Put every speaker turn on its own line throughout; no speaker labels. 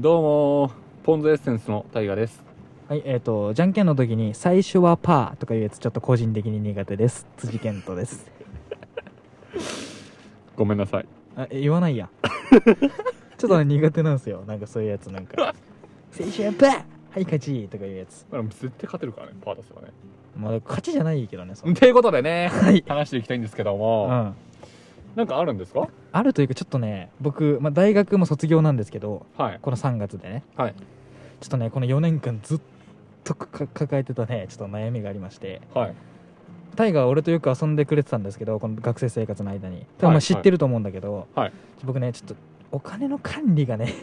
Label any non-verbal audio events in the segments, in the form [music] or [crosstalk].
どうもポンズエッセンスのタイガです
はい、えっ、と、じゃんけんの時に最初はパーとかいうやつちょっと個人的に苦手です。辻健斗です。
ごめんなさい
[laughs] あ、え言わないや。 [laughs] ちょっとね苦手なんですよ。なんかそういうやつなん [laughs] か。最初はパーはい、勝ちとかいうやつ。
まあ絶対勝てるからねパー出せばね
まあ、勝ちじゃないけどね、その
ということでね
はい。
話していきたいんですけど
う
も、
ん。
なんかあるんですか
あるというか、ちょっとね、僕、まあ大学も卒業なんですけど、
はい
この3月でね、
はい
ちょっとね、この4年間ずっとか抱えてたね、ちょっと悩みがありまして。
はい
タイガーは俺とよく遊んでくれてたんですけどこの学生生活の間に
は
多分ま
い
あ知ってると思うんだけど、
はい
僕ねちょっとお金の管理がね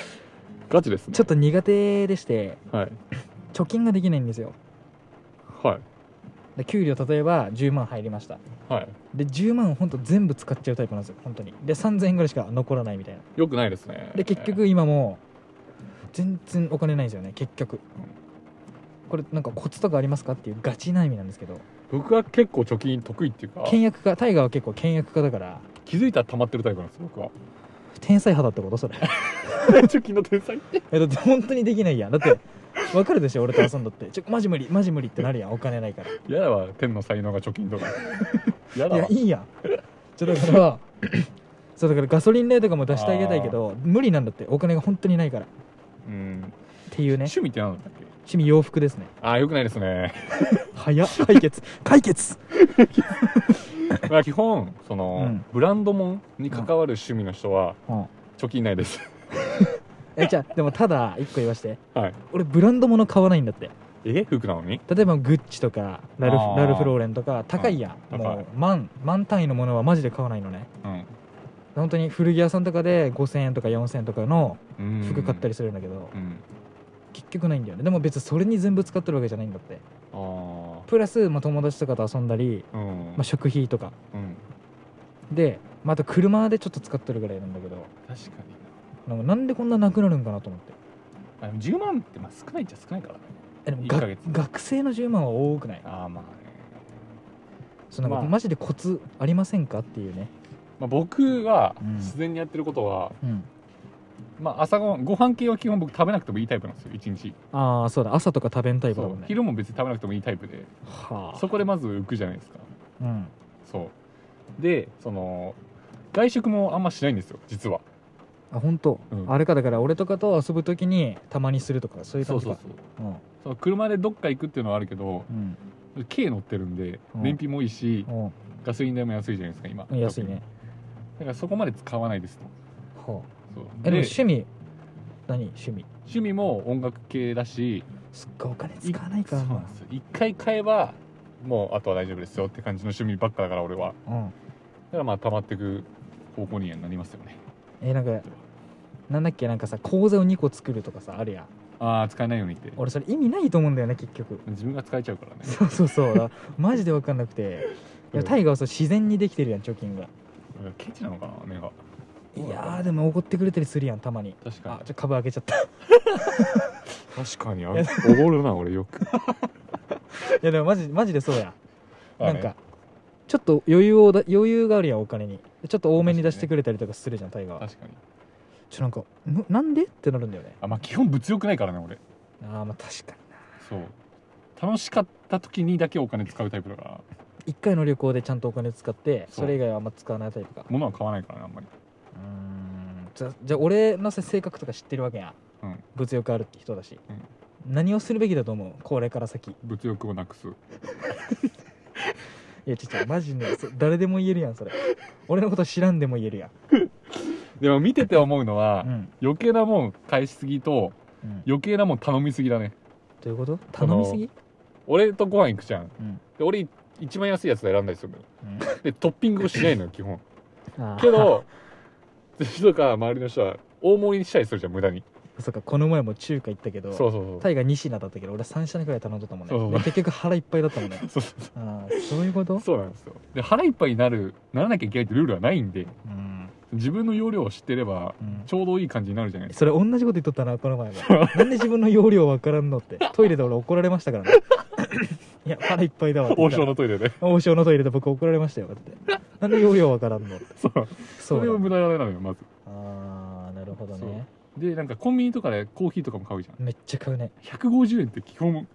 [laughs]
ガチですね
ちょっと苦手でして
はい
貯金ができないんですよ
はい
で給料例えば10万入りました
はい
で10万を本当全部使っちゃうタイプなんですよ本当にで3000円ぐらいしか残らないみたいな
よくないですね
で結局今も全然お金ないんですよね結局これなんかコツとかありますかっていうガチ悩みなんですけど
僕は結構貯金得意っていうか
倹約家タイガーは結構倹約家だから
気づいたら溜まってるタイプなんです僕
[laughs]
は
天才派だってことそれ
貯金の天才
えだって本当にできないやんだって分かるでしょ俺と遊んだってちょマジ無理マジ無理ってなるやんお金ないか
嫌だわ天の才能が貯金と
[laughs]
か嫌だ
らい
わ
やいいやんちょだからそうだからガソリン代とかも出してあげたいけど無理なんだってお金が本当にないからっ
うん
ていうね
趣味って何だったっけ
趣味洋服ですね
ああよくないですね
[laughs] 早っ解決解決
まあ基本その、
うん
ブランドもんに関わる趣味の人は
うん
貯金ないです
えじゃあでもただ一個言わして
はい。
俺ブランド物買わないんだって
え服なのに
例えばグッチとかラル
あー
フラルフローレンとか高いやん
うん高い
もう万万単位のものはマジで買わないのね本当に古着屋さんとかで5000円とか4000円とかの
うん
服買ったり
す
するんだけど、
る。うん。
結局ないんだよねでも別にそれに全部使ってるわけじゃないんだって
あ
プラス、まあ、友達とかと遊んだり、
あ。うん
まあ、。食費とか
うん。
で、まあ、あと車でちょっと使ってるぐらいなんだけど
確かに
なんかなんでこんななくなるんかなと思って
な。あでも10万ってまあ少ないっちゃ少ないからね。
えでも
一
が
ヶ月
学生の10万は多くない
ああまあね。
そのなんか
まあ
マジでコツありませんかっていうね、
まあ僕は
うん
自然にやってることは、
うん、
まあ朝ごはん、ご飯系は基本僕食べなくてもいいタイプなんですよ、一日。
ああそうだ朝とか食べんタイプだもん
そう
ね
昼も別に食べなくてもいいタイプで、
はあ
そこでまず浮くじゃないですか。
うん
そう。で、その、外食もあんましないんですよ、実は。
あ本当、
うん
あれかだから俺とかと遊ぶときにたまにするとかそういう感じか
そう。
うん
その車でどっか行くっていうのはあるけど、
うん、
軽乗ってるんで、
うん
燃費もいいし、
うん
ガソリン代も安いじゃないですか今
うん、安いね、
だからそこまで使わないですと
はあ、
そうで
えでも趣味何趣味
趣味も音楽系だし
すっごいお金使わないから
そう
な
なんですよ一回買えばもうあとは大丈夫ですよって感じの趣味ばっかだから俺は
うん
だからまあ溜まっていく方向にはなりますよね
えなんかなんだっけなんかさ口座を2個作るとかさあるやん
ああ使えないようにって
俺それ意味ないと思うんだよね結局 [laughs]
自分が使えちゃうからね
そうそうそう
[laughs]
だマジで分かんなくていやタイガーはそう自然にできてるやん貯金が
うんケチなのかな目が
いやーでも怒ってくれたりするやんたまに
確
あ
か
ちょ株開けちゃった [laughs] い
に確かにあ
いや
おごるな俺よく [laughs]
やでもマジマジでそうや
まあ
な
ね
んかちょっと余裕をだ余裕があるやんお金にちょっと多めに出してくれたりとかするじゃんタイガーは
確かに
ちょなんかななんでってなるんだよね
あまあ基本物欲ないからね俺
ああまあ確かに
そう楽しかった時にだけお金使うタイプだから
1回の旅行でちゃんとお金使って
そう
それ以外はあんま使わないタイプか
物は買わないからねあんまり
うーんじゃじゃあ俺のさ性格とか知ってるわけや、
うん
物欲あるって人だし、
うん
何をするべきだと思うこれから先い
物欲をなくす
やちょっとマジねそ誰でも言えるやんそれ俺のこと知らんでも言えるやん、
でも見てて思うのは、
うん
余計なもん返しすぎと
うん、
余計なもん頼みすぎだね
どういうこと
そ
頼
の
みすぎ、
俺とご飯行くじゃん
うん
で俺一番安いやつで選んだりするのよでトッピングをしないのよ基本
あー
けど人とか周りの人は大盛りにしたりするじゃん無駄に
[laughs] そっかこの前も中華行ったけど
そうそうそ
タイが2品だったけど俺3品くらい頼んどったもんね
そうそう
で結局腹いっぱいだったもんね
うそうそう
あーそういうこと
そうなんですよで腹いっぱいになるならなきゃいけないってルールはないんで
うん、
自分の容量を知ってれば
うん
ちょうどいい感じになるじゃないですか
それ同じこと言っとったなこの前もなんで自分の容量わからんのってトイレで俺怒られまし
[laughs]
たからねいや腹いっぱいだわって言
王
ったら
将のトイレで
王将のトイレで僕怒られましたよだってなんで容量わからんのって
そう
そ
それを
う
無駄なのよまず
ああーなるほどね
でなんかコンビニとかでコーヒーとかも買うじゃん
めっちゃ買うね
150円って基本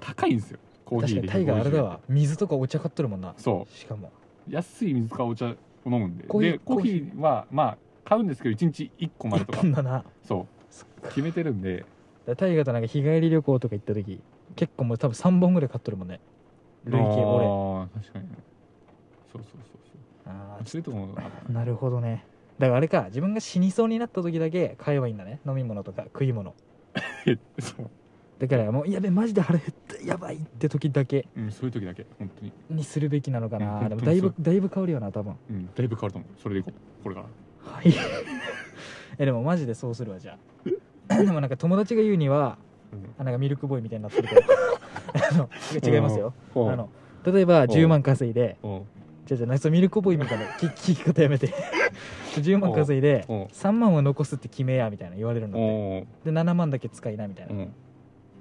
高いんですよコーヒ
確か
ー
に
で
タイガーあれだ
150
わ水とかお茶買っとるもんな
円そ
しかも
う安い水かお茶を飲むんで
コーヒー
でコーヒーはまあ買うんですけど1日1個までとか
1分だな
そ
そっ
う
か
決めてるんで
だ大河となんか日帰り旅行とか行った時結構もう多分3本ぐらい買っとるもんね累計俺
ああ確かにそうそうそう
あ
そうそういうとこもある
ーなるほどねだからあれか自分が死にそうになった時だけ買えばいいんだね飲み物とか食い物
[laughs] そう、
だからもうやべマジで腹減ったやばいって時だけ
うん、そういう時だけ本当に
にするべきなのか
う
なんでもだいぶ
本
だいぶ変わるよな多分
うんだいぶ変わると思うそれでいこうこれから
はい [laughs] えでもマジでそうするわじゃあ [clears throat] でもなんか友達が言うにはあなんかミルクボーイみたいになってるけど [laughs] あの違いますよあ
うん
の例えば
ん
10万稼いで
うん
じゃあじゃあなそのミルクボーイみたいな聞き聞き方やめて [laughs] 10万稼いで
うん
3万は残すって決めやみたいな言われるので
うん
で7万だけ使いなみたいな
う
い
ん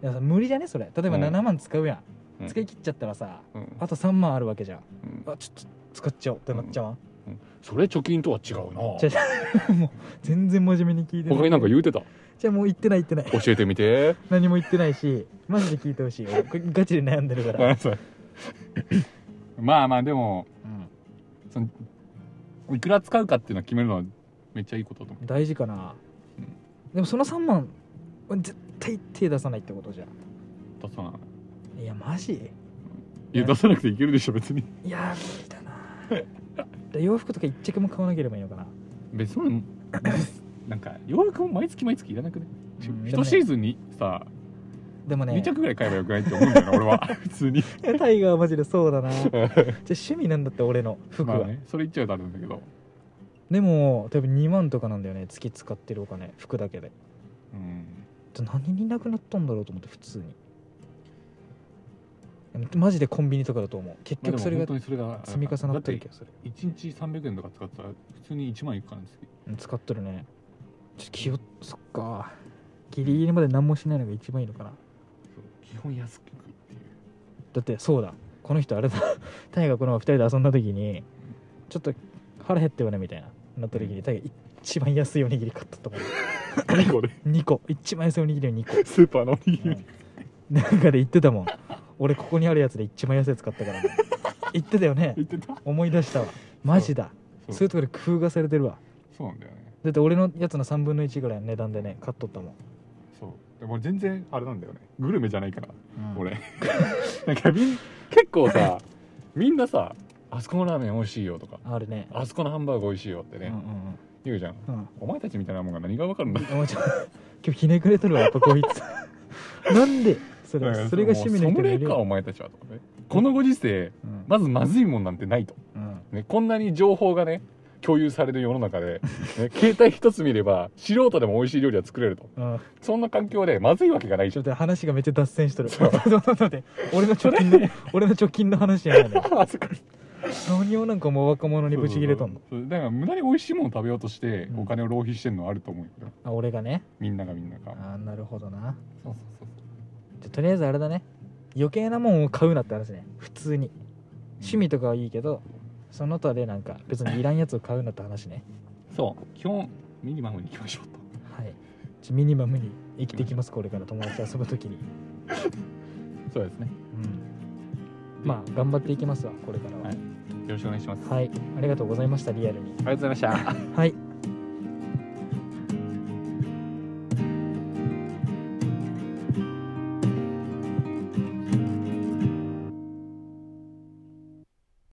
やさ無理じゃねそれ例えば
うん
7万使うや
うんん
使い切っちゃったらさ
うん
あと3万あるわけじゃん
うん
あちょっと使っちゃおうってなっちゃわん
それ貯金とは違う
じ
な
ゃあもう全然真面目に聞いて
他になんか言うてた
じゃあもう言ってない言ってない
教えてみて
何も言ってないしマジで聞いてほ
[laughs]
しい俺これガチで悩んでるか
ごめん
ら、
なさいまあまあでも
うん、
そのいくら使うかっていうのを決めるのはめっちゃいいことだと思
大事かな、
うん
でもその3万絶対手出さないってことじゃ
う出さない
んいやマジ
いや出さなくていけるでしょ別に
いやー無理だな
[laughs]
だから洋服とか一着も買わなければいいのかな
別にそ [laughs] んななんか洋服も毎月毎月いらなくね
うんでも
一
ね
シーズンにさ、
でも
2
ね
着ぐらい買えばよくないって思うんだよな俺 [laughs] は普通に
[laughs] タイガーはマジでそ
[laughs]
うだなじゃあ趣味なんだって俺の服
ま
は、
あねそれ言っちゃうとあれなんだけど
でも多分2万とかなんだよね月使ってるお金服だけで
うん
ちょ何になくなったんだろうと思って普通にでもマジでコンビニとかだと思う結
まあ、でも
局それ
本当
が
にそれが
積み重なってる気
だ
がす
っ
る、
て1日300円とか使ったら普通に1万いくからです
うん使っとるねちょっと気をそっかギリギリまで何もしないのが一番いいのかな
基本安くいくっていう [laughs]
だってそうだこの人あれだ [laughs] タイがこの2人で遊んだ時にちょっと腹減ったよねみたいななった時にタイが一番安いおにぎり買ったと思う
2個で
2個一番安いおにぎりを2個
スーパーのおにぎり
うんなんかで言ってたもん俺ここにあるやつで一番安いやつ買ったからね言ってたよね
言ってた
思い出したわマジだ
そう
そういうところで工夫がされてるわ
そうなんだよね
だって俺のやつの3分の1ぐらいの値段でね買っとったもん、
そうでも全然あれなんだよねグルメじゃないから
俺
俺 [laughs] なんかみん結構さみんなさあそこのラーメン美味しいよとか
あるね
あそこのハンバーグ美味しいよって
うん
ね、
うん
言うじゃん
うん
お前たちみたいなもんが何が分かるんだ
うんもうちょっと今日ひねくれとるわやっぱこいつなんでそ
だから
れそれが趣味の
もうソム
人が
リエ
いる
かお前たちはとかねこのご時世
うん
まずまずいもんなんてないと、
うん
ね、こんなに情報がね共有される世の中
[laughs]
で、ね、携帯一つ見れば素人でも美味しい料理は作れると
うん
そんな環境でまずいわけがない
ちょ
[laughs] じ
っと話がめっちゃ脱線しとるち
そ
ょ [laughs]
う
っと待って俺の貯金の俺の貯金の話やな、ね
ゃ、んあそこ
何をなんかもう若者にブチ切れとん
そ
の
うそうそうだから無駄に美味しいものを食べようとして
うん
お金を浪費してるのはあると思うよ、
あ俺がね
みんながみんなが
あーなるほどな
そうそう
じゃとりあえずあれだね余計なもんを買うなって話ね普通に趣味とかはいいけどその他でなんか別にいらんやつを買うなって話ね
そうそう基本ミニマムに行きましょうと
はいちょミニマムに生きていきますこれから友達と遊ぶ時に
そうですね
うんまあ頑張っていきますわこれからは
はいよろしくお願いしますあ
はい、ありがとうございましたリアルに
りがとうございました
はい